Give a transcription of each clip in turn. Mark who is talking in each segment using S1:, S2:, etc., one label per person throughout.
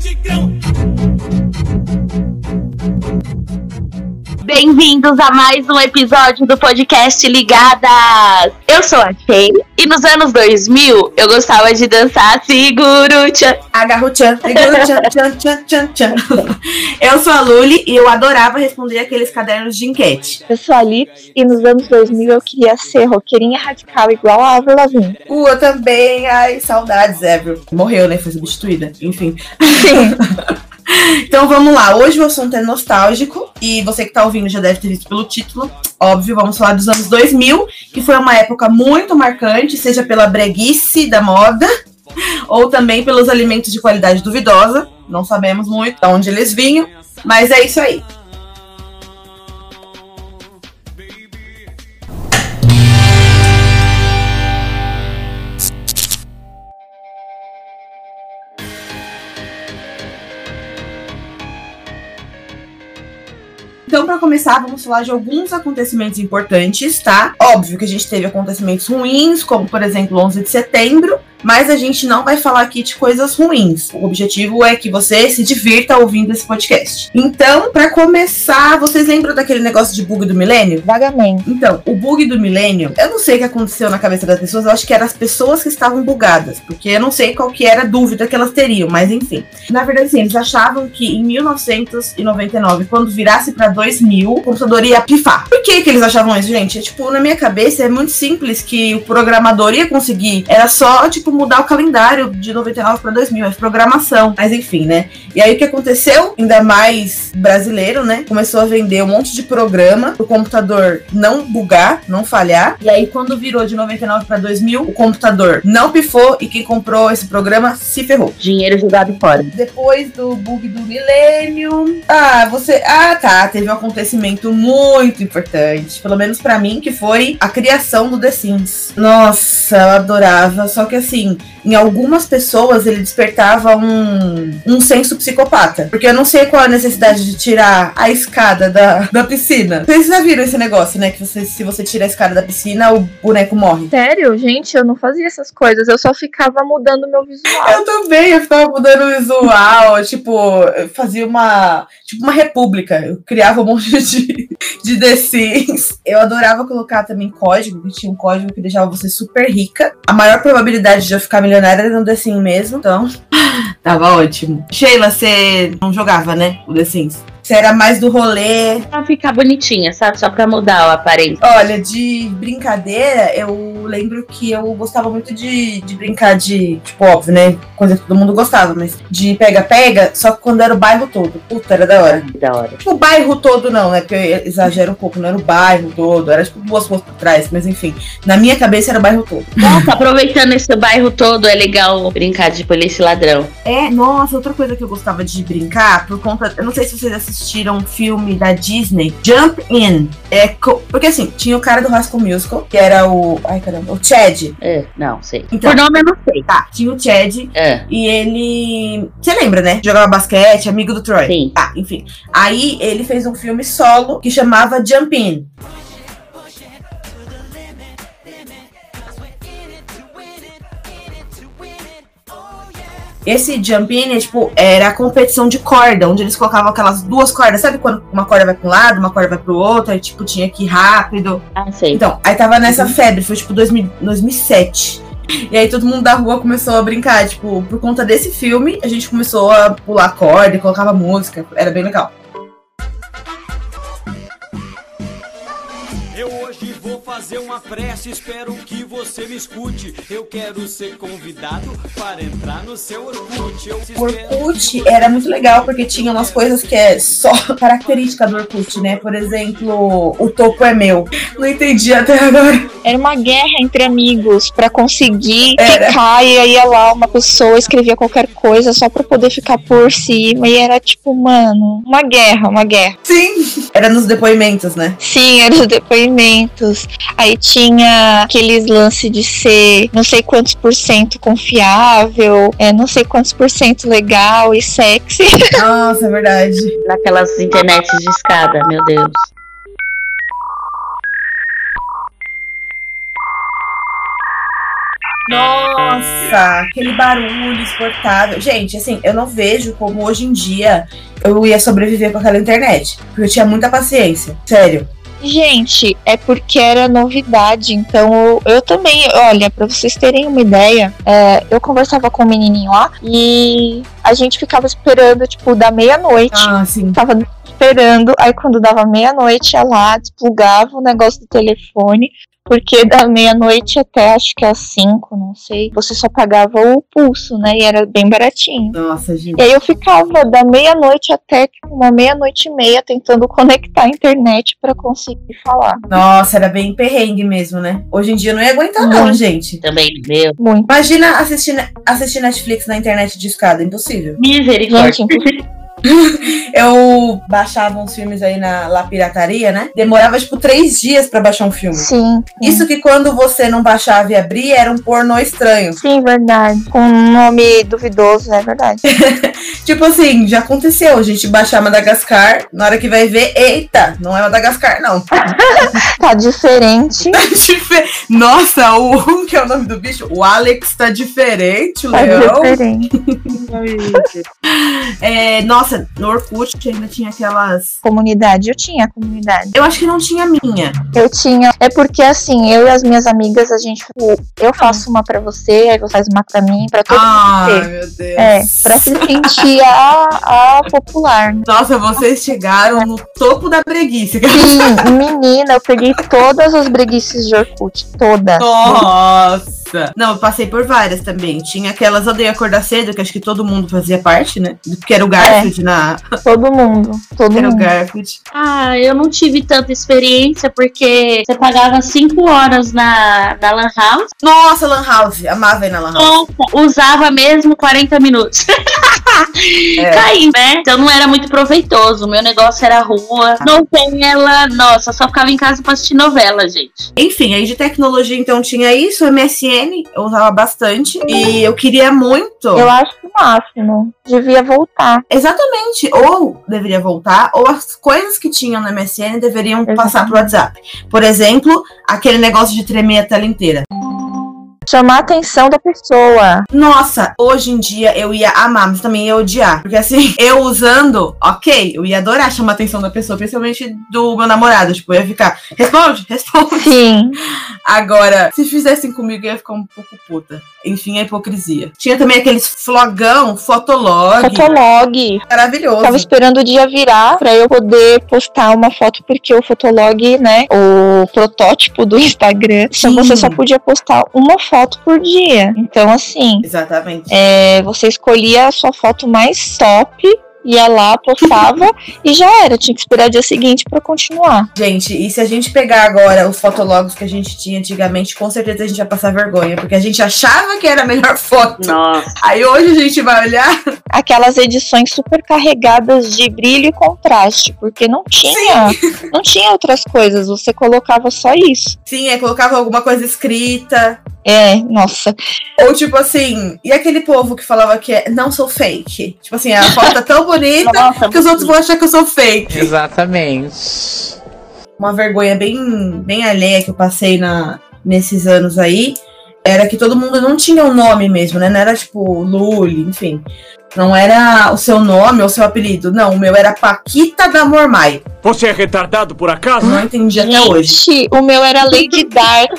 S1: tigrão.
S2: Bem-vindos a mais um episódio do podcast Ligadas. Eu sou a Kay e nos anos 2000 eu gostava de dançar seguro. tchan.
S3: Agarro tchan, agarro tchan, tchan, tchan, tchan, tchan. Eu sou a Luli e eu adorava responder aqueles cadernos de enquete.
S4: Eu sou a Lips e nos anos 2000 eu queria ser roqueirinha radical igual a Avril Lavigne.
S3: Uh, eu também, ai, saudades, Ever. Morreu, né? Foi substituída, enfim. Então vamos lá, hoje o assunto é nostálgico e você que tá ouvindo já deve ter visto pelo título, óbvio, vamos falar dos anos 2000, que foi uma época muito marcante, seja pela breguice da moda, ou também pelos alimentos de qualidade duvidosa, não sabemos muito de onde eles vinham, mas é isso aí. Então, para começar, vamos falar de alguns acontecimentos importantes, tá? Óbvio que a gente teve acontecimentos ruins, como por exemplo 11 de setembro, mas a gente não vai falar aqui de coisas ruins. O objetivo é que você se divirta ouvindo esse podcast. Então, para começar, vocês lembram daquele negócio de bug do milênio?
S4: Vagamente.
S3: Então, o bug do milênio, eu não sei o que aconteceu na cabeça das pessoas, eu acho que eram as pessoas que estavam bugadas, porque eu não sei qual que era a dúvida que elas teriam, mas enfim. Na verdade, assim, eles achavam que em 1999, quando virasse pra 2000, o computador ia pifar. Por que que eles achavam isso, gente? É, tipo, na minha cabeça é muito simples que o programador ia conseguir, era só, tipo, mudar o calendário de 99 pra 2000, é programação, mas enfim, né? E aí o que aconteceu, ainda mais brasileiro, né? Começou a vender um monte de programa pro computador não bugar, não falhar. E aí quando virou de 99 para 2000, o computador não pifou e quem comprou esse programa se ferrou.
S2: Dinheiro jogado fora.
S3: Depois do bug do milênio. Ah, você. Ah, tá. Teve um acontecimento muito importante. Pelo menos pra mim, que foi a criação do The Sims. Nossa, eu adorava. Só que assim, em algumas pessoas ele despertava um, um senso psicopata. Porque eu não sei qual é a necessidade de tirar a escada da, da piscina. Vocês já viram esse negócio, né? Que você, se você tira a escada da piscina, o boneco morre.
S4: Sério, gente, eu não fazia essas coisas, eu só ficava mudando meu visual.
S3: Eu também, eu ficava mudando o visual, tipo, eu fazia uma. Tipo uma república. Eu criava um monte de, de The Sims. Eu adorava colocar também código, que tinha um código que deixava você super rica. A maior probabilidade de eu ficar milionária era no The Sims mesmo. Então, tava ótimo. Sheila, você não jogava, né? O The Sims. Você era mais do rolê,
S2: Pra ficar bonitinha, sabe? Só pra mudar o aparência.
S3: Olha, de brincadeira, eu lembro que eu gostava muito de, de brincar de, tipo, óbvio, né? Coisa que todo mundo gostava, mas de pega-pega, só que quando era o bairro todo. Puta, era da hora.
S2: Da hora.
S3: Tipo, o bairro todo não, né? Porque eu exagero um pouco, não era o bairro todo, era tipo duas ruas por trás, mas enfim, na minha cabeça era o bairro todo.
S2: Nossa, aproveitando esse bairro todo, é legal brincar de polícia e ladrão.
S3: É, nossa, outra coisa que eu gostava de brincar, por conta. Eu não sei se vocês assistiram um filme da Disney, Jump In. É, co- porque assim, tinha o cara do Rascal Musical, que era o. Ai, caramba, o Chad.
S2: É, não, sei.
S3: Então-
S2: Por nome eu não sei.
S3: Tá, tinha o Chad,
S2: É,
S3: E ele. Você lembra, né? Jogava basquete, amigo do Troy.
S2: sim.
S3: Tá, enfim. Aí ele fez um filme solo que chamava Jump In. Esse jump in, é, tipo, era a competição de corda, onde eles colocavam aquelas duas cordas. Sabe quando uma corda vai pra um lado, uma corda vai pro outro, aí, tipo, tinha que ir rápido.
S2: Ah, sei.
S3: Então, aí tava nessa febre, foi tipo 2000, 2007. E aí todo mundo da rua começou a brincar, tipo, por conta desse filme, a gente começou a pular corda, e colocava música, era bem legal.
S1: Eu hoje vou fazer uma prece, espero que você me escute. Eu quero ser convidado para entrar no seu Orkut. Eu
S3: O Orkut era muito legal porque tinha umas coisas que é só característica do Orkut, né? Por exemplo, o topo é meu. Não entendi até agora.
S4: Era uma guerra entre amigos pra conseguir
S3: Era.
S4: ficar, e aí ia lá uma pessoa escrevia qualquer coisa só pra poder ficar por cima, e era tipo, mano, uma guerra, uma guerra.
S3: Sim! Era nos depoimentos, né?
S4: Sim, eram os depoimentos. Aí tinha aqueles lance de ser não sei quantos por cento confiável, é, não sei quantos por cento legal e sexy.
S3: Nossa, é verdade.
S2: Naquelas internets de escada, meu Deus.
S3: Nossa, aquele barulho insuportável. Gente, assim, eu não vejo como hoje em dia eu ia sobreviver com aquela internet. Porque eu tinha muita paciência. Sério.
S4: Gente, é porque era novidade, então eu, eu também, olha, pra vocês terem uma ideia, é, eu conversava com um menininho lá e a gente ficava esperando, tipo, da meia-noite.
S3: Ah, sim.
S4: Tava esperando, aí quando dava meia-noite, ia lá, desplugava o negócio do telefone, porque da meia-noite até acho que às cinco, não sei, você só pagava o pulso, né? E era bem baratinho.
S3: Nossa,
S4: E
S3: gente.
S4: aí eu ficava da meia-noite até tipo, uma meia-noite e meia tentando conectar a internet pra conseguir falar.
S3: Nossa, era bem perrengue mesmo, né? Hoje em dia eu não ia aguentar, não,
S4: Muito.
S3: gente.
S2: Também, meu.
S4: Muito.
S3: Imagina assistir, assistir Netflix na internet de escada, impossível.
S2: Misericórdia.
S4: Gente, impossível.
S3: Eu baixava uns filmes aí na lá pirataria, né? Demorava tipo três dias pra baixar um filme.
S4: Sim.
S3: Isso que quando você não baixava e abria era um pornô estranho.
S4: Sim, verdade. Com um nome duvidoso, é verdade.
S3: Tipo assim, já aconteceu, a gente baixar Madagascar, na hora que vai ver, eita, não é Madagascar, não.
S4: Tá diferente.
S3: Dife- Nossa, o um que é o nome do bicho? O Alex tá diferente, o
S4: Tá
S3: leão.
S4: diferente.
S3: É, nossa, no Orkut ainda tinha aquelas.
S4: Comunidade. Eu tinha comunidade.
S3: Eu acho que não tinha minha.
S4: Eu tinha. É porque assim, eu e as minhas amigas, a gente. Eu faço uma pra você, aí você faz uma pra mim, pra todo
S3: Ai,
S4: mundo ter.
S3: meu Deus.
S4: É, pra se sentir a, a popular, né?
S3: Nossa, vocês chegaram no topo da preguiça.
S4: Sim, menina, eu peguei todas as breguices de Orkut, todas.
S3: Nossa! Não, eu passei por várias também. Tinha aquelas Odeio Acordar Cedo, que acho que todo mundo fazia parte, né? Que
S4: É.
S3: era o Garfield na.
S4: Todo mundo, todo
S3: Era o
S4: mundo.
S3: Garfield.
S2: Ah, eu não tive tanta experiência porque você pagava 5 horas na, na Lan House.
S3: Nossa, Lan House. Amava ir na Lan House.
S2: Nossa, usava mesmo 40 minutos.
S3: É.
S2: Caí, né? Então não era muito proveitoso. Meu negócio era rua, novela. Nossa, só ficava em casa pra assistir novela, gente.
S3: Enfim, aí de tecnologia, então tinha isso, MSN, eu usava bastante. E eu queria muito.
S4: Eu acho que o máximo. Devia voltar.
S3: Exatamente. Ou deveria voltar, ou as coisas que tinham na MSN deveriam
S4: Exatamente.
S3: passar pro WhatsApp. Por exemplo, aquele negócio de tremer a tela inteira.
S4: Chamar a atenção da pessoa.
S3: Nossa, hoje em dia eu ia amar, mas também ia odiar. Porque assim, eu usando, ok, eu ia adorar chamar a atenção da pessoa, principalmente do meu namorado. Tipo, eu ia ficar, responde, responde.
S4: Sim.
S3: Agora, se fizessem comigo, eu ia ficar um pouco puta. Enfim, a hipocrisia. Tinha também aqueles flogão, fotolog.
S4: Fotolog. Tava
S3: Maravilhoso.
S4: esperando o dia virar pra eu poder postar uma foto, porque o Fotolog, né? O protótipo do Instagram. Então
S3: Sim.
S4: você só podia postar uma foto por dia. Então, assim,
S3: Exatamente.
S4: é, você escolhia a sua foto mais top. Ia lá, postava e já era. Tinha que esperar o dia seguinte pra continuar.
S3: Gente, e se a gente pegar agora os fotologos que a gente tinha antigamente, com certeza a gente vai passar vergonha, porque a gente achava que era a melhor foto.
S2: Nossa.
S3: Aí hoje a gente vai olhar.
S4: Aquelas edições super carregadas de brilho e contraste, porque não tinha, não tinha outras coisas. Você colocava só isso.
S3: Sim, aí colocava alguma coisa escrita.
S4: É, nossa.
S3: Ou tipo assim, e aquele povo que falava que é, não sou fake? Tipo assim, a foto tá tão bonita
S2: Nossa,
S3: que os outros vão achar que eu sou fake.
S5: Exatamente.
S3: Uma vergonha bem, bem alheia que eu passei na, nesses anos aí era que todo mundo não tinha um nome mesmo, né? Não era tipo Lully, enfim. Não era o seu nome ou seu apelido. Não, o meu era Paquita da Mormai.
S6: Você é retardado por acaso?
S3: Não entendi até hoje.
S4: Gente, o meu era Lady Dark.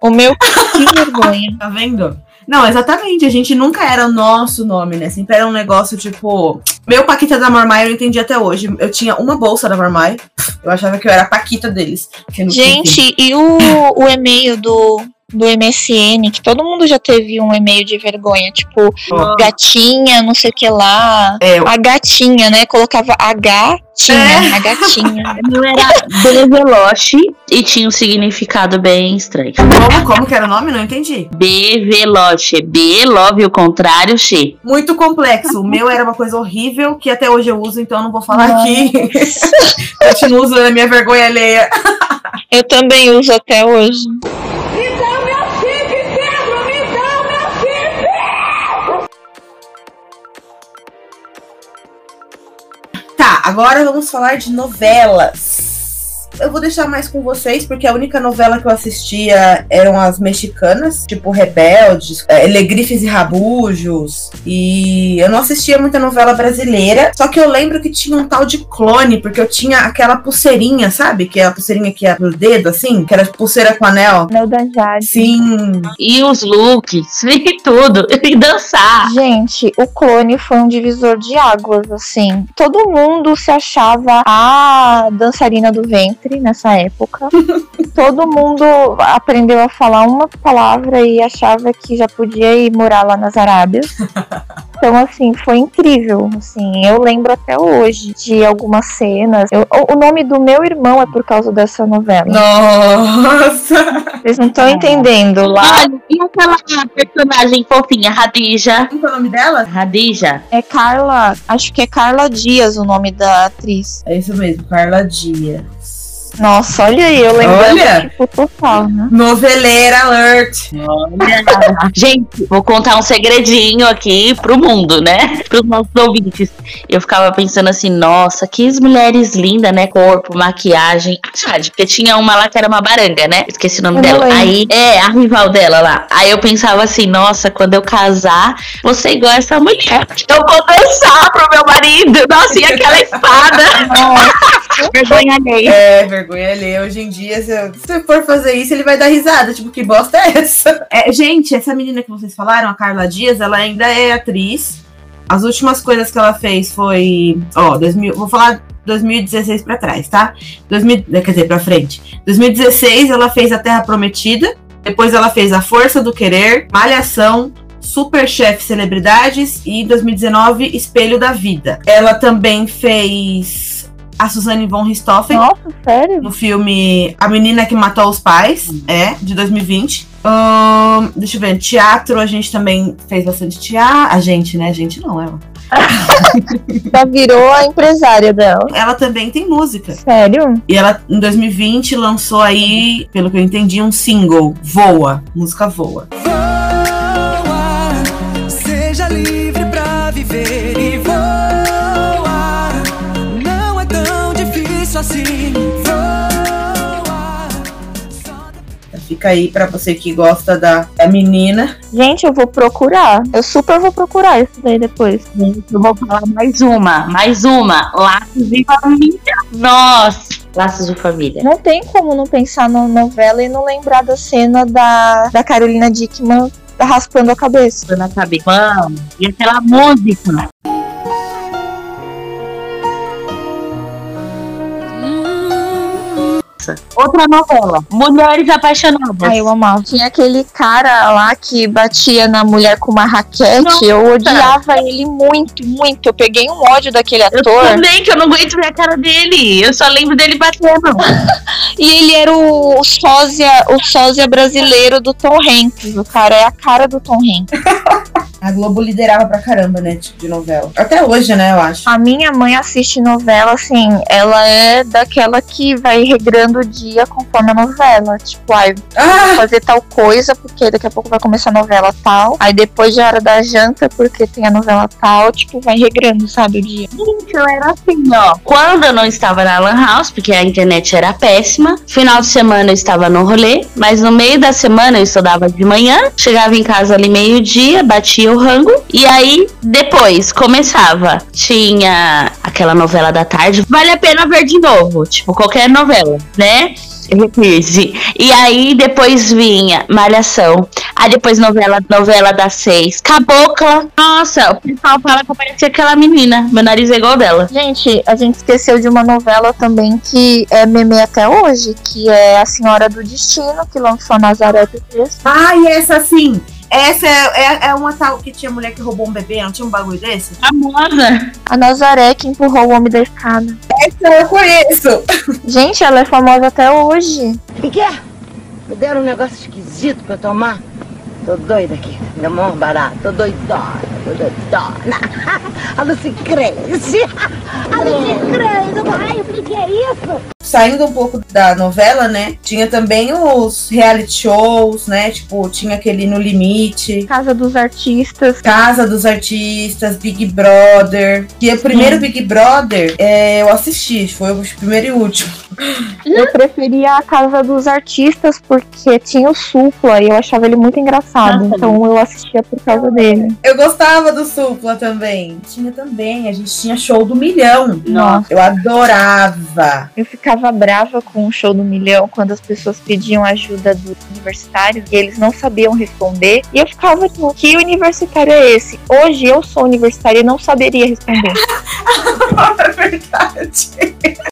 S4: O meu, que vergonha.
S3: Tá vendo? Não, exatamente. A gente nunca era o nosso nome, né? Sempre era um negócio tipo. Meu Paquita da Mormai eu não entendi até hoje. Eu tinha uma bolsa da Mormai. Eu achava que eu era a Paquita deles. Que não-
S4: Gente, e o, o e-mail do, do MSN, que todo mundo já teve um e-mail de vergonha, tipo,
S3: Ó,
S4: gatinha, não sei o que lá.
S3: É,
S4: A gatinha, né? Colocava a gatinha, a gatinha.
S2: Não era Beveloche e tinha um significado bem estranho.
S3: como, como que era o nome? Não entendi.
S2: Beveloche. B, love o contrário, che.
S3: Muito complexo. O meu era uma coisa horrível que até hoje eu uso, então eu não vou falar aqui. Continuo usando a minha vergonha alheia.
S4: Eu também uso até hoje.
S3: Tá, agora vamos falar de novelas. Eu vou deixar mais com vocês, porque a única novela que eu assistia eram as mexicanas, tipo Rebeldes, é, Elegrifes e Rabujos. E eu não assistia muita novela brasileira. Só que eu lembro que tinha um tal de clone, porque eu tinha aquela pulseirinha, sabe? Que é a pulseirinha que é no dedo, assim, que era pulseira com anel.
S4: Meu da Jade.
S3: Sim,
S2: E os looks, e tudo. E dançar.
S4: Gente, o clone foi um divisor de águas, assim. Todo mundo se achava a dançarina do ventre nessa época. Todo mundo aprendeu a falar uma palavra e achava que já podia ir morar lá nas Arábias. Então, assim, foi incrível. Assim, eu lembro até hoje de algumas cenas. Eu- o- o nome do meu irmão é por causa dessa novela.
S3: Nossa!
S4: Vocês não estão entendendo. Lá
S2: Olha, e aquela personagem fofinha, Radija?
S3: Como que é o nome dela?
S2: Radija?
S4: é Carla. Acho que é Carla Dias o nome da atriz.
S3: É isso mesmo, Carla Dias.
S4: Nossa, olha aí, eu lembrando,
S3: Olha!
S4: tipo, total, né?
S3: Noveleira Alert!
S2: Gente, vou contar um segredinho aqui pro mundo, né? Pros nossos ouvintes. Eu ficava pensando assim, nossa, que mulheres lindas, né? Corpo, maquiagem. A Jade, porque tinha uma lá que era uma baranga, né? Esqueci o nome
S4: Eu
S2: dela.
S4: lembro.
S2: Aí, é, a rival dela lá. Aí eu pensava assim, nossa, quando eu casar, você igual essa mulher. Eu vou dançar pro meu marido. Nossa, e aquela espada. Vergonha alheia.
S3: É, vergonha ali. Hoje em dia, se eu- se você for fazer isso, ele vai dar risada. Tipo, que bosta é essa? É, gente, essa menina que vocês falaram, a Carla Dias, ela ainda é atriz. As últimas coisas que ela fez foi. Ó, 2000, vou falar 2016 pra trás, tá? 2000, né, quer dizer, pra frente. 2016 ela fez A Terra Prometida. Depois ela fez A Força do Querer, Malhação, Superchef Celebridades e em 2019 Espelho da Vida. Ela também fez a Suzane von Richthofen
S4: Nossa, sério?
S3: no filme A Menina que Matou os Pais, é, de 2020. Ahn, deixa eu ver, teatro, a gente também fez bastante teatro. A gente, né? A gente não, ela.
S4: Já virou a empresária dela.
S3: Ela também tem música.
S4: Sério?
S3: E ela, em 2020, lançou aí, pelo que eu entendi, um single, Voa, música Voa.
S7: Voa, seja livre pra viver e voa. Não é tão difícil assim. Voa. Só
S3: Fica aí pra você que gosta da, da menina.
S4: Gente, eu vou procurar. Eu super vou procurar isso daí depois.
S2: Eu vou falar mais uma, mais uma. Laços de família. Nossa, laços de família.
S4: Não tem como não pensar na novela e não lembrar da cena da, da Carolina Dickman raspando a cabeça. né?
S2: na cabeça. Vamos. E aquela música. Outra novela, Mulheres Apaixonadas.
S4: Hum. Ai, eu amava. Tinha aquele cara lá que batia na mulher com uma raquete. Eu odiava ele muito, muito. Eu peguei um ódio daquele
S2: Eu
S4: ator.
S2: também, que eu não aguento ver a cara dele. Eu só lembro dele batendo.
S4: E ele era o, o sósia, o sósia brasileiro do Tom Hanks. O cara é a cara do Tom Hanks.
S3: A Globo liderava pra caramba, né? Tipo de novela. Até hoje, né, eu acho.
S4: A minha mãe assiste novela, assim, ela é daquela que vai regrando o dia conforme a novela. Tipo, ai,
S3: Ah!
S4: vou fazer tal coisa, porque daqui a pouco vai começar a novela tal. Aí depois já era da janta, porque tem a novela tal. Tipo, vai regrando, sabe, o dia.
S2: Gente, eu era assim, ó. Quando eu não estava na Lan House, porque a internet era péssima, final de semana eu estava no rolê, mas no meio da semana eu estudava de manhã, chegava em casa ali meio-dia, batia o rango, e aí depois começava. Tinha aquela novela da tarde, vale a pena ver de novo, tipo qualquer novela, né? Reprise. E aí depois vinha Malhação. Aí depois novela, novela das seis. Cabocla. Nossa, o pessoal fala que eu parecia aquela menina. Meu nariz é igual ao dela.
S4: Gente, a gente esqueceu de uma novela também que é meme até hoje, que é A Senhora do Destino, que lançou Nazaré Pires.
S3: Ai, essa sim! Essa é, é, é uma tal que tinha mulher que roubou um bebê, não tinha um bagulho desse?
S2: Famosa.
S4: A Nazaré que empurrou o homem da escada.
S3: Essa eu conheço!
S4: Gente, ela é famosa até hoje.
S8: O que que é? Me deram um negócio esquisito pra eu tomar. Tô doida aqui. Meu mão barato. Tô doidona, tô doidona. A Lucy cresce. A Lucy cresce. Ai, o que que é isso?
S3: saindo um pouco da novela, né? Tinha também os reality shows, né? Tipo, tinha aquele No Limite,
S4: Casa dos Artistas.
S3: Casa dos Artistas, Big Hum. Brother. E o primeiro Big Brother é, eu assisti, foi o primeiro e último.
S4: Eu preferia a Casa dos Artistas porque tinha o Supla e eu achava ele muito engraçado.
S2: Nossa,
S4: então eu assistia por causa dele.
S3: Eu gostava do Supla também. Tinha também, a gente tinha show do milhão.
S2: Nossa.
S3: Eu adorava.
S4: Eu ficava brava com o show do milhão quando as pessoas pediam ajuda dos universitários e eles não sabiam responder. E eu ficava tipo, que universitário é esse? Hoje eu sou universitária e não saberia responder.
S3: é verdade.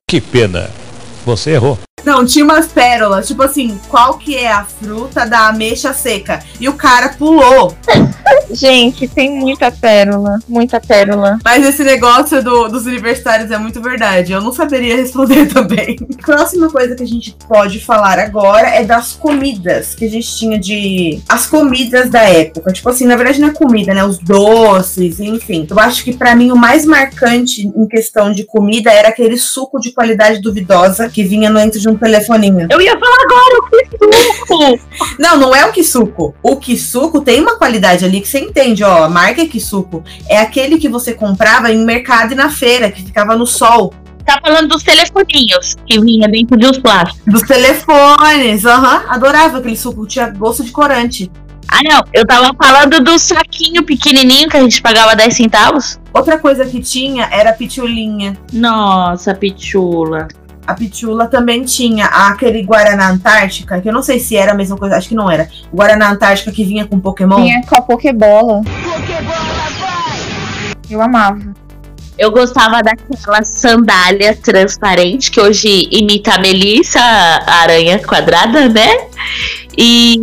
S9: Que pena. Você errou.
S3: Não, tinha umas pérolas, tipo assim, qual que é a fruta da ameixa seca? E o cara pulou.
S4: Gente, tem muita pérola, muita pérola.
S3: Mas esse negócio do- dos universitários é muito verdade. Eu não saberia responder também. Próxima coisa que a gente pode falar agora é das comidas que a gente tinha de. As comidas da época. Tipo assim, na verdade não é comida, né? Os doces, enfim. Eu acho que pra mim o mais marcante em questão de comida era aquele suco de qualidade duvidosa que vinha no dentro de um telefoninho.
S2: Eu ia falar agora, o
S3: Não, não é o que suco. O que suco tem uma qualidade ali que você entende, ó. A marca é que suco. É aquele que você comprava em mercado e na feira, que ficava no sol.
S2: Tá falando dos telefoninhos que vinha dentro de uns plásticos.
S3: Dos telefones, aham. Adorava aquele suco, tinha gosto de corante.
S2: Ah, não. Eu tava falando do saquinho pequenininho que a gente pagava 10 centavos.
S3: Outra coisa que tinha era a pitulinha.
S2: Nossa, pichula.
S3: A pitula também tinha aquele Guaraná Antártica, que eu não sei se era a mesma coisa, acho que não era. O Guaraná Antártica que vinha com Pokémon.
S4: Tinha com a Pokébola. Eu amava.
S2: Eu gostava daquela sandália transparente que hoje imita a Melissa, a aranha quadrada, né? E,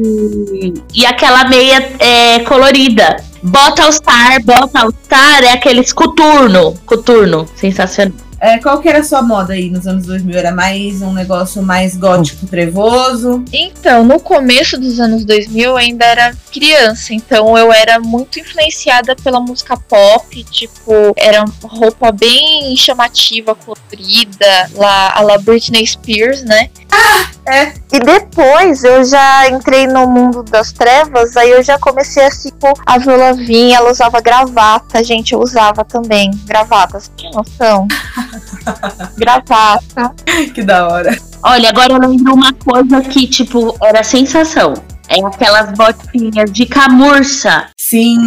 S2: e aquela meia é, colorida. Bota All Star, bota All Star, é aqueles coturno. Coturno, sensacional.
S3: É, qual que era a sua moda aí nos anos 2000? Era mais um negócio mais gótico, trevoso?
S4: Então, no começo dos anos 2000 eu ainda era criança, então eu era muito influenciada pela música pop, tipo, era roupa bem chamativa, colorida, lá a la Britney Spears, né?
S3: é.
S4: E depois eu já entrei no mundo das trevas, aí eu já comecei a, tipo, a Viola Vinha, ela usava gravata, gente, eu usava também gravata, você tem noção? gravata.
S3: Que da hora.
S2: Olha, agora eu lembro uma coisa que, tipo, era sensação. É aquelas botinhas de camurça.
S3: Sim.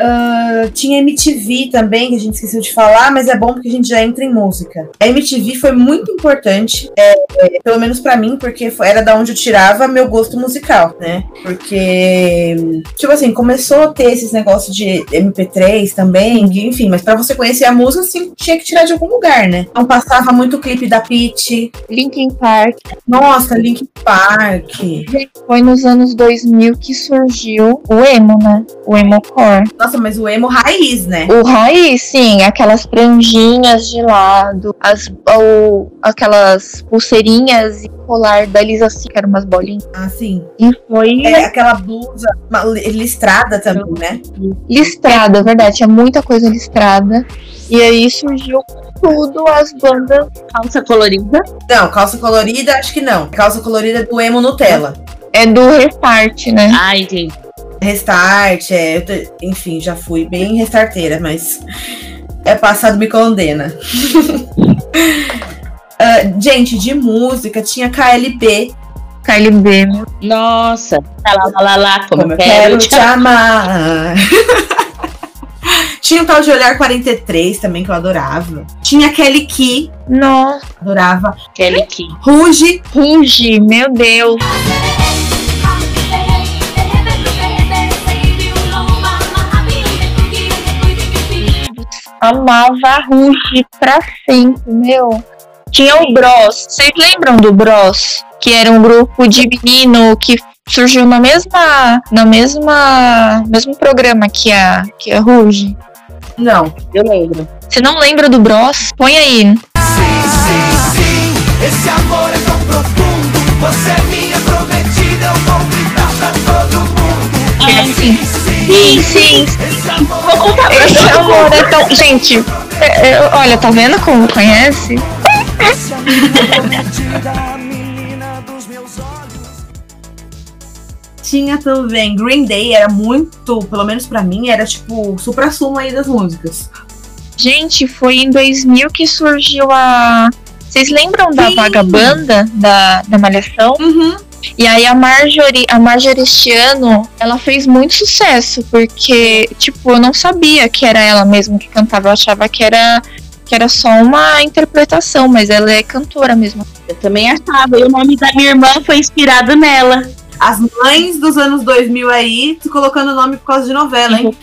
S3: Ah, tinha MTV também, que a gente esqueceu de falar, mas é bom porque a gente já entra em música. A MTV foi muito importante, é, é, pelo menos pra mim, porque fo- era da onde eu tirava meu gosto musical, né? Porque, tipo assim, começou a ter esses negócios de MP3 também, que, enfim, mas pra você conhecer a música, assim, tinha que tirar de algum lugar, né? Então passava muito clipe da Pitty,
S4: Linkin Park.
S3: nossa, Linkin Park.
S4: Foi nos anos 2000 que surgiu o emo, né? O emo core.
S3: Nossa, mas o emo raiz, né?
S4: O raiz, sim, aquelas franjinhas de lado, as, ou, aquelas pulseirinhas e colar da Lisa Sim, que eram umas bolinhas.
S3: Assim,
S4: E foi
S3: é aquela blusa ma- listrada também, né?
S4: listrada, é verdade, tinha muita coisa listrada. E aí surgiu tudo as bandas
S2: Calça colorida.
S3: Não, calça colorida, acho que não. Calça colorida do emo Nutella.
S4: é do restart, né?
S2: Ai, gente.
S3: Restart, é, eu te- enfim, já fui bem restarteira, mas é passado me condena. Ah, gente, de música tinha KLB,
S4: KLB, meu
S2: Nossa. Tá lá, lá, lá, lá, como,
S3: como eu
S2: quero
S3: quero te amar. tinha o tal de Olhar 43 também, que eu adorava. Tinha Kelly Key,
S4: Nossa,
S3: adorava.
S2: Kelly Key.
S3: Ruge,
S4: Ruge, meu Deus. amava a Ruge pra sempre, meu. Tinha o Bros. Vocês lembram do Bros? Que era um grupo de menino que surgiu na mesma, na mesma, mesmo programa que a que a Ruge.
S3: não.
S2: Eu lembro.
S4: Você não lembra do Bros? Põe aí.
S7: Sim, sim, sim, esse amor é tão profundo. Você é minha prometida, eu vou gritar pra todo mundo.
S4: Que é assim. Sim, sim.
S7: Esse amor
S4: Vou contar pra Esse amor é tão. Gente, é- é- olha, tá vendo como conhece?
S7: Esse amor é prometida, a menina dos meus olhos.
S3: tinha também Green Day, era muito, pelo menos pra mim, era tipo o supra-sumo aí das músicas.
S4: Gente, foi em 2000 que surgiu a. Vocês lembram da
S3: Sim.
S4: vagabanda da, da Malhação?
S3: Uhum.
S4: E aí a Marjorie, a Marjorie este ano, ela fez muito sucesso, porque, tipo, eu não sabia que era ela mesmo que cantava, eu achava que era, que era só uma interpretação, mas ela é cantora mesmo.
S2: Eu também achava. E o nome da minha irmã foi inspirado nela.
S3: As mães dos anos 2000 aí, se colocando o nome por causa de novela, hein?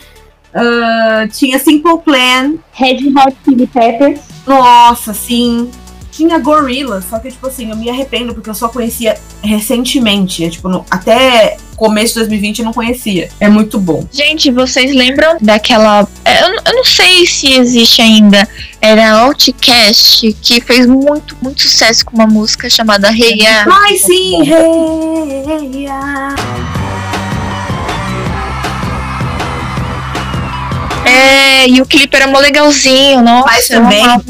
S3: Ah, tinha Simple Plan,
S2: Red Hot Chili Peppers.
S3: nossa, sim. Tinha Gorilla, só que, tipo assim, eu me arrependo porque eu só conhecia recentemente. é, tipo, no- até começo de 2020 eu não conhecia. É muito bom.
S4: Gente, vocês lembram daquela. é, Eu, eu não sei se existe ainda. Era a Outcast, que fez muito, muito sucesso com uma música chamada Hey Ya.
S3: Mas sim, hey,
S4: É, e o clipe era mó legalzinho, nossa.
S3: Mas
S4: eu
S3: também
S4: amava.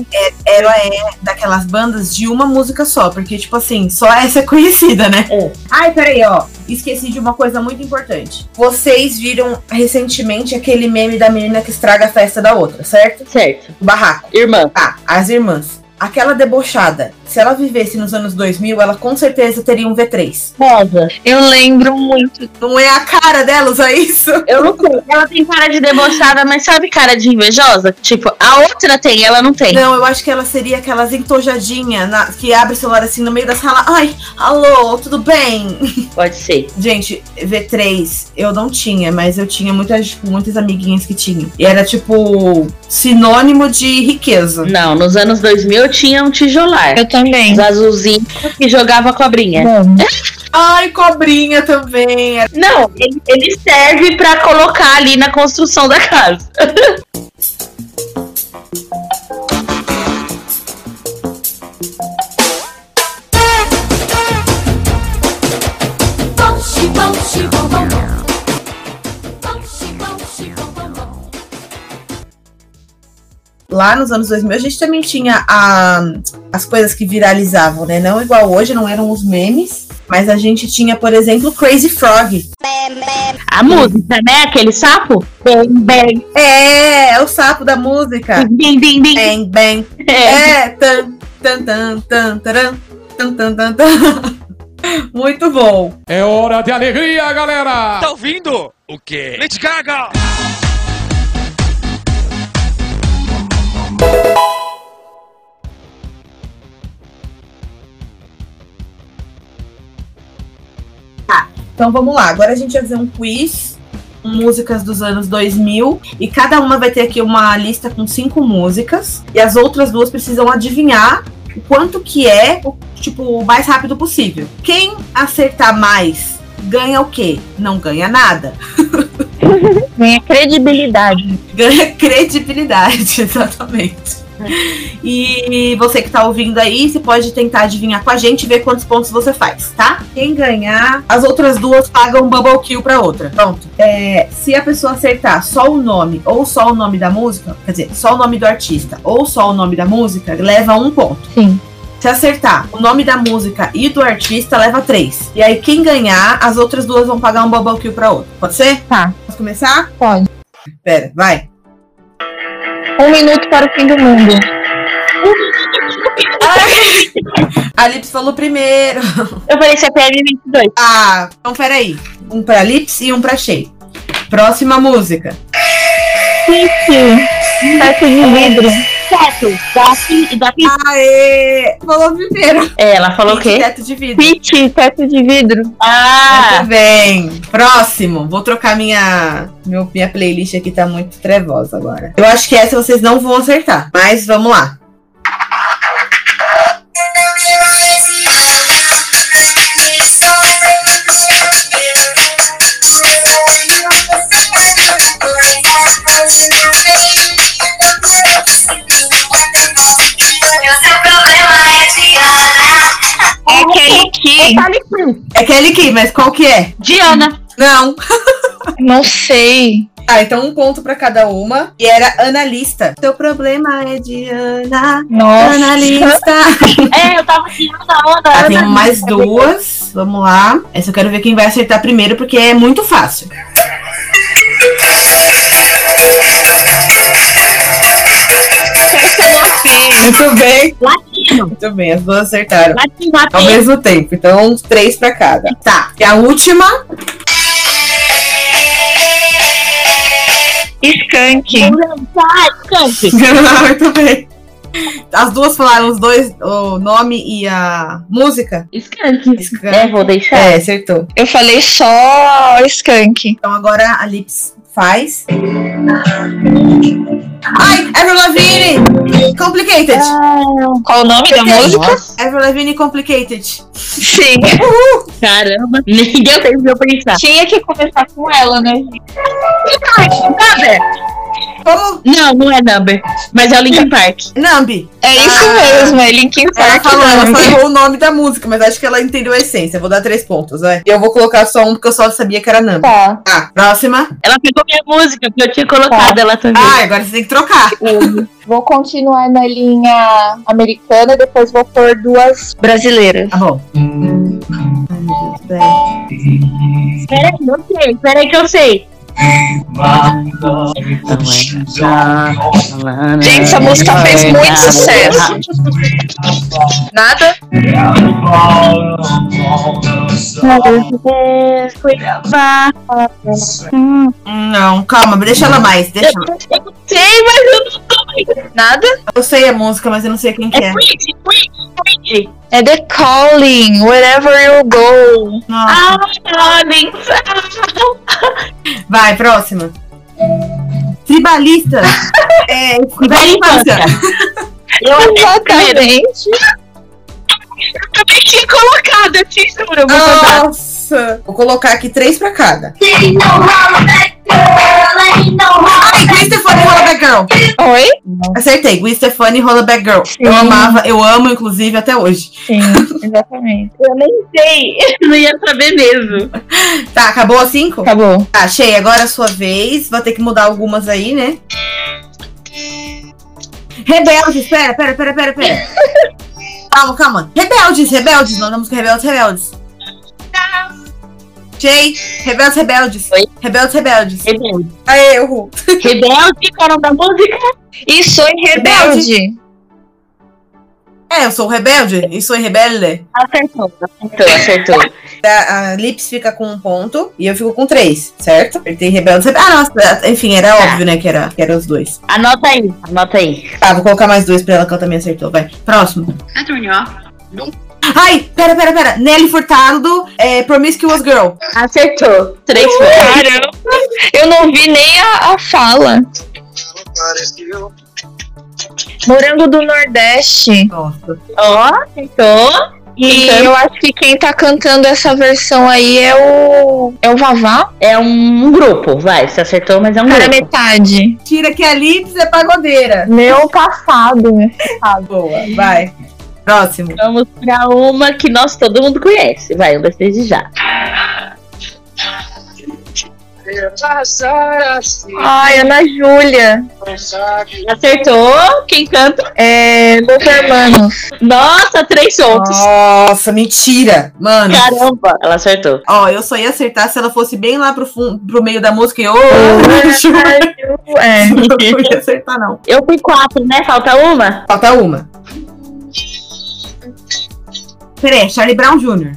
S3: é- ela é daquelas bandas de uma música só, porque, tipo assim, só essa é conhecida, né?
S2: É.
S3: Ai, peraí, ó. Esqueci de uma coisa muito importante. Vocês viram recentemente aquele meme da menina que estraga a festa da outra, certo?
S2: Certo.
S3: O barraco.
S2: Irmã.
S3: Tá, as irmãs. Aquela debochada, se ela vivesse nos anos 2000, ela com certeza teria um V3.
S2: Rosa.
S4: Eu lembro muito.
S3: Não é a cara dela usar isso?
S2: Eu não sei. Ela tem cara de debochada, mas sabe cara de invejosa? Tipo, a outra tem, ela não tem.
S3: Não, eu acho que ela seria aquelas entojadinhas na- que abre o celular assim no meio da sala. Ai, alô, tudo bem?
S2: Pode ser.
S3: Gente, V3 eu não tinha, mas eu tinha muitas, tipo, muitas amiguinhas que tinham. E era tipo sinônimo de riqueza.
S2: Não, nos anos 2000 eu tinha um tijolar.
S4: Eu também.
S2: Os azulzinhos que jogava cobrinha.
S4: Bom,
S3: Ai, cobrinha também.
S2: Não, ele, ele serve pra colocar ali na construção da casa.
S3: Lá nos anos 2000 a gente também tinha a, as coisas que viralizavam, né? Não igual hoje, não eram os memes. Mas a gente tinha, por exemplo, Crazy Frog.
S2: A música, né? Aquele sapo. Bem, bem,
S3: É, é o sapo da música.
S2: bim, bim, bim.
S3: Bang, bang.
S2: É.
S3: É, tan, tan, tan, tan, taran, tan, tan, tan, tan. Muito bom.
S5: É hora de alegria, galera!
S7: Tá ouvindo? O quê? Lady Gaga!
S3: Então vamos lá, agora a gente vai fazer um quiz com músicas dos anos 2000 e cada uma vai ter aqui uma lista com cinco músicas e as outras duas precisam adivinhar o quanto que é, o, tipo, o mais rápido possível. Quem acertar mais ganha o quê? Não ganha nada.
S4: ganha credibilidade.
S3: ganha credibilidade, exatamente. E você que tá ouvindo aí, você pode tentar adivinhar com a gente e ver quantos pontos você faz, tá? Quem ganhar, as outras duas pagam bubble kill pra outra. Pronto. É, se a pessoa acertar só o nome ou só o nome da música, quer dizer, só o nome do artista ou só o nome da música, leva um ponto.
S4: Sim.
S3: Se acertar o nome da música e do artista, leva três. E aí, quem ganhar, as outras duas vão pagar um bubble kill pra outra. Pode ser?
S4: Tá.
S3: Posso começar?
S4: Pode.
S3: Pera, vai.
S4: Um minuto para o fim do mundo.
S3: A Lips falou primeiro.
S2: Eu falei é CPM 22.
S3: Ah, então peraí. Um pra Lips e um pra Shea. Próxima música.
S4: Gente,
S2: Tá
S4: sete de vidro.
S2: Teto, da, pi- da pi-
S3: Aê! Falou primeiro.
S2: É, ela falou o
S3: Gente,
S2: quê?
S3: Teto de vidro.
S4: Pit, teto de vidro.
S2: Ah,
S3: Muito bem. Próximo. Vou trocar minha, meu- minha playlist aqui, tá muito trevosa agora. Eu acho que essa vocês não vão acertar, mas vamos lá.
S4: É aquele que.
S3: É Kelly Key, mas qual que é?
S2: Diana.
S3: Não.
S4: Não sei.
S3: Ah, então um ponto pra cada uma. E era analista. Seu problema é de Ana.
S4: Nossa.
S3: Analista.
S2: É, eu tava aqui na onda.
S3: Tá, tem
S2: Ana.
S3: mais duas. Vamos lá. Essa eu quero ver quem vai acertar primeiro, porque é muito fácil.
S4: É
S3: Muito bem.
S2: Latino.
S3: Muito bem, as duas acertaram.
S2: Latino,
S3: Ao
S2: latino.
S3: mesmo tempo, então uns três pra cada. Tá, e a última.
S4: Skunk.
S2: Vai, cante.
S3: Muito bem. As duas falaram os dois, o nome e a música.
S2: Skunk.
S3: Skunk.
S2: É, vou deixar.
S3: É, acertou.
S4: Eu falei só Skunk.
S3: Então agora a Lips faz. Ai, Ever Lavigne! Complicated!
S4: Qual o nome da música?
S2: Nossa,
S3: Ever Lavigne Complicated.
S4: Sim.
S2: caramba. Nem deu tempo de eu pensar.
S4: Tinha que começar com ela, né?
S2: Number.
S3: Como?
S2: Não, não é Number. Mas é o Linkin Park.
S3: Nambi.
S4: É isso
S3: Ah.
S4: mesmo, é Linkin
S3: Ela
S4: Park.
S3: falou, ela
S4: não.
S3: só errou o nome da música, mas acho que ela entendeu a essência. Eu Vou dar três pontos, vai. E eu vou colocar só um porque eu só sabia que era Nambi.
S4: Tá.
S3: Tá, próxima.
S2: Ela pegou minha música, porque eu tinha colocado ela também.
S3: Ah, agora você tem que trocar.
S4: Vou continuar na linha americana e depois vou pôr duas brasileiras.
S3: Tá bom. Ai, meu Deus, peraí.
S2: Peraí, eu é? sei, peraí que eu sei.
S4: Gente, essa música fez muito sucesso. Nada?
S3: Hum, Não, calma, deixa ela mais. Deixa ela.
S2: Sei, mas eu não
S4: Nada?
S3: Eu sei a música, mas eu não sei quem que é.
S2: um É Bridge, Bridge, Bridge.
S4: É The Calling, Wherever You Go.
S3: Nossa.
S2: Ah, darling. Ah.
S3: Vai, próxima. Tribalista. é,
S2: Tribalista. Eu até
S4: Exatamente.
S2: eu também tinha colocado, eu te juro. Eu vou mandar.
S3: Nossa. Vou colocar aqui três pra cada. Ai, Gwen Stefani Hollaback Girl.
S4: Oi?
S3: Acertei, Gwen Stefani Hollaback Girl. Eu
S4: Sim.
S3: amava, eu amo, inclusive, até hoje.
S4: Sim, exatamente.
S2: Eu nem sei. Eu não ia saber mesmo.
S3: Tá, acabou as cinco?
S4: Acabou.
S3: Tá, Shea, agora é a sua vez. Vou ter que mudar algumas aí, né? Rebeldes, pera, pera, pera, pera, pera. calma, calma. Rebeldes, rebeldes. Nós vamos com rebeldes, rebeldes. Shea, rebeldes, rebeldes.
S2: Oi?
S3: Rebeldes, rebeldes.
S2: Rebelde.
S3: Ah, erro.
S2: Rebelde, qual é o nome da música?
S4: E sou rebelde.
S3: É, eu sou rebelde e sou rebelde.
S2: Acertou, acertou, acertou.
S3: A, a Lips fica com um ponto e eu fico com três, certo? Apertei rebeldes, rebeldes. Ah, nossa, enfim, era óbvio, né, que era, que era os dois.
S2: Anota aí, anota aí.
S3: Tá, vou colocar mais dois pra ela que ela também acertou. Vai, próximo. Ai, pera, pera, pera. Nelly Furtado, é, Promiscuous Girl.
S2: Acertou. Três pontos.
S4: Caramba. Eu não vi nem a, a fala. Morango do Nordeste.
S3: Nossa.
S2: Ó, acertou. Então,
S4: E eu acho que quem tá cantando essa versão aí é o. É o Vavá?
S2: É um grupo, vai. Você acertou, mas é um
S4: Para
S2: grupo.
S4: metade.
S3: Tira que a Lips é pagodeira.
S4: Meu passado.
S3: Tá, Boa, vai. Próximo.
S2: Vamos pra uma que nós todo mundo conhece. Vai, um, dois, três e já.
S4: Ai, Ana Júlia.
S2: Acertou. Quem canta?
S4: É. Los Hermanos.
S2: Nossa, três pontos.
S3: Nossa, mentira. Mano.
S2: Caramba. Ela acertou.
S3: Ó, eu só ia acertar se ela fosse bem lá pro, fun- pro meio da música e eu.
S4: É.
S3: não ia acertar, não.
S2: Eu fui quatro, né? Falta uma?
S3: Falta uma. Peraí, Charlie Brown Jr.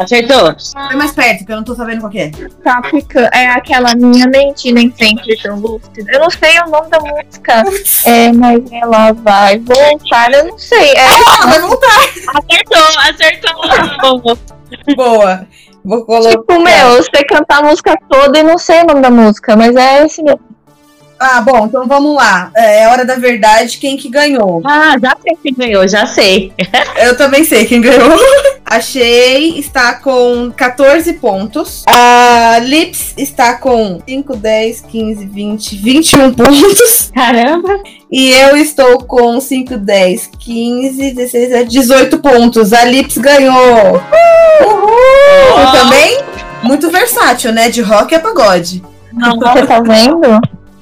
S2: Acertou.
S3: Foi mais perto, porque eu não tô sabendo qual que é.
S4: Tá ficando. É aquela minha mentira em frente tão lúcida. Eu não sei o nome da música. É, mas ela vai voltar. Eu não sei. É.
S3: Ah, vai voltar.
S2: Acertou, acertou.
S3: Boa. Vou colocar.
S4: Tipo, meu, eu sei cantar a música toda e não sei o nome da música, mas é esse mesmo.
S3: Ah, bom, então vamos lá. É hora da verdade, quem que ganhou?
S2: ah, já sei quem ganhou, já sei.
S3: Eu também sei quem ganhou. Achei está com 14 pontos. A Lips está com 5, 10, 15, 20, 21 pontos.
S2: Caramba.
S3: E eu estou com 5, 10, 15, 16, 17, 18 é, pontos. A Lips ganhou. Uhul! Também muito versátil, né? De rock a pagode. Não,
S4: Você tá vendo?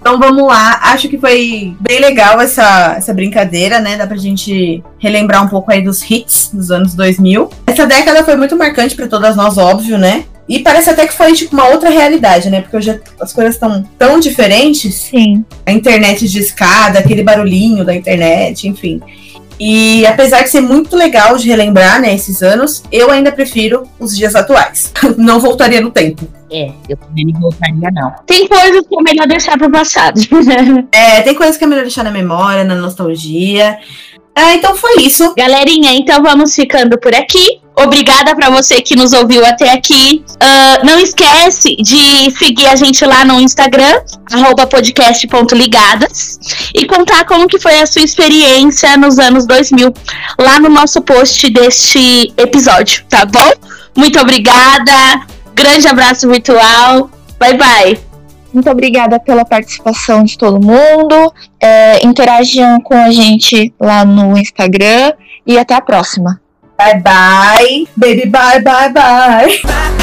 S3: Então vamos lá, acho que foi bem legal essa, essa brincadeira, né? Dá pra gente relembrar um pouco aí dos hits dos anos 2000. Essa década foi muito marcante pra todas nós, óbvio, né? E parece até que foi tipo uma outra realidade, né? Porque hoje as coisas estão tão diferentes
S4: Sim.
S3: a internet de escada, aquele barulhinho da internet, enfim. E apesar de ser muito legal de relembrar, né, esses anos, eu ainda prefiro os dias atuais. Não voltaria no tempo.
S2: É, eu também não voltaria, não. Tem coisas que é melhor deixar pro passado.
S3: É, tem coisas que é melhor deixar na memória, na nostalgia. Ah, então foi isso.
S2: Galerinha, então vamos ficando por aqui. Obrigada pra você que nos ouviu até aqui. Ah, não esquece de seguir a gente lá no Instagram, arroba podcast.ligadas, e contar como que foi a sua experiência nos anos 2000, lá no nosso post deste episódio, tá bom? Muito obrigada, grande abraço virtual, bye bye.
S4: Muito obrigada pela participação de todo mundo. É, interajam com a gente lá no Instagram. E até a próxima.
S3: Bye bye. Baby, bye, bye, bye.
S7: Back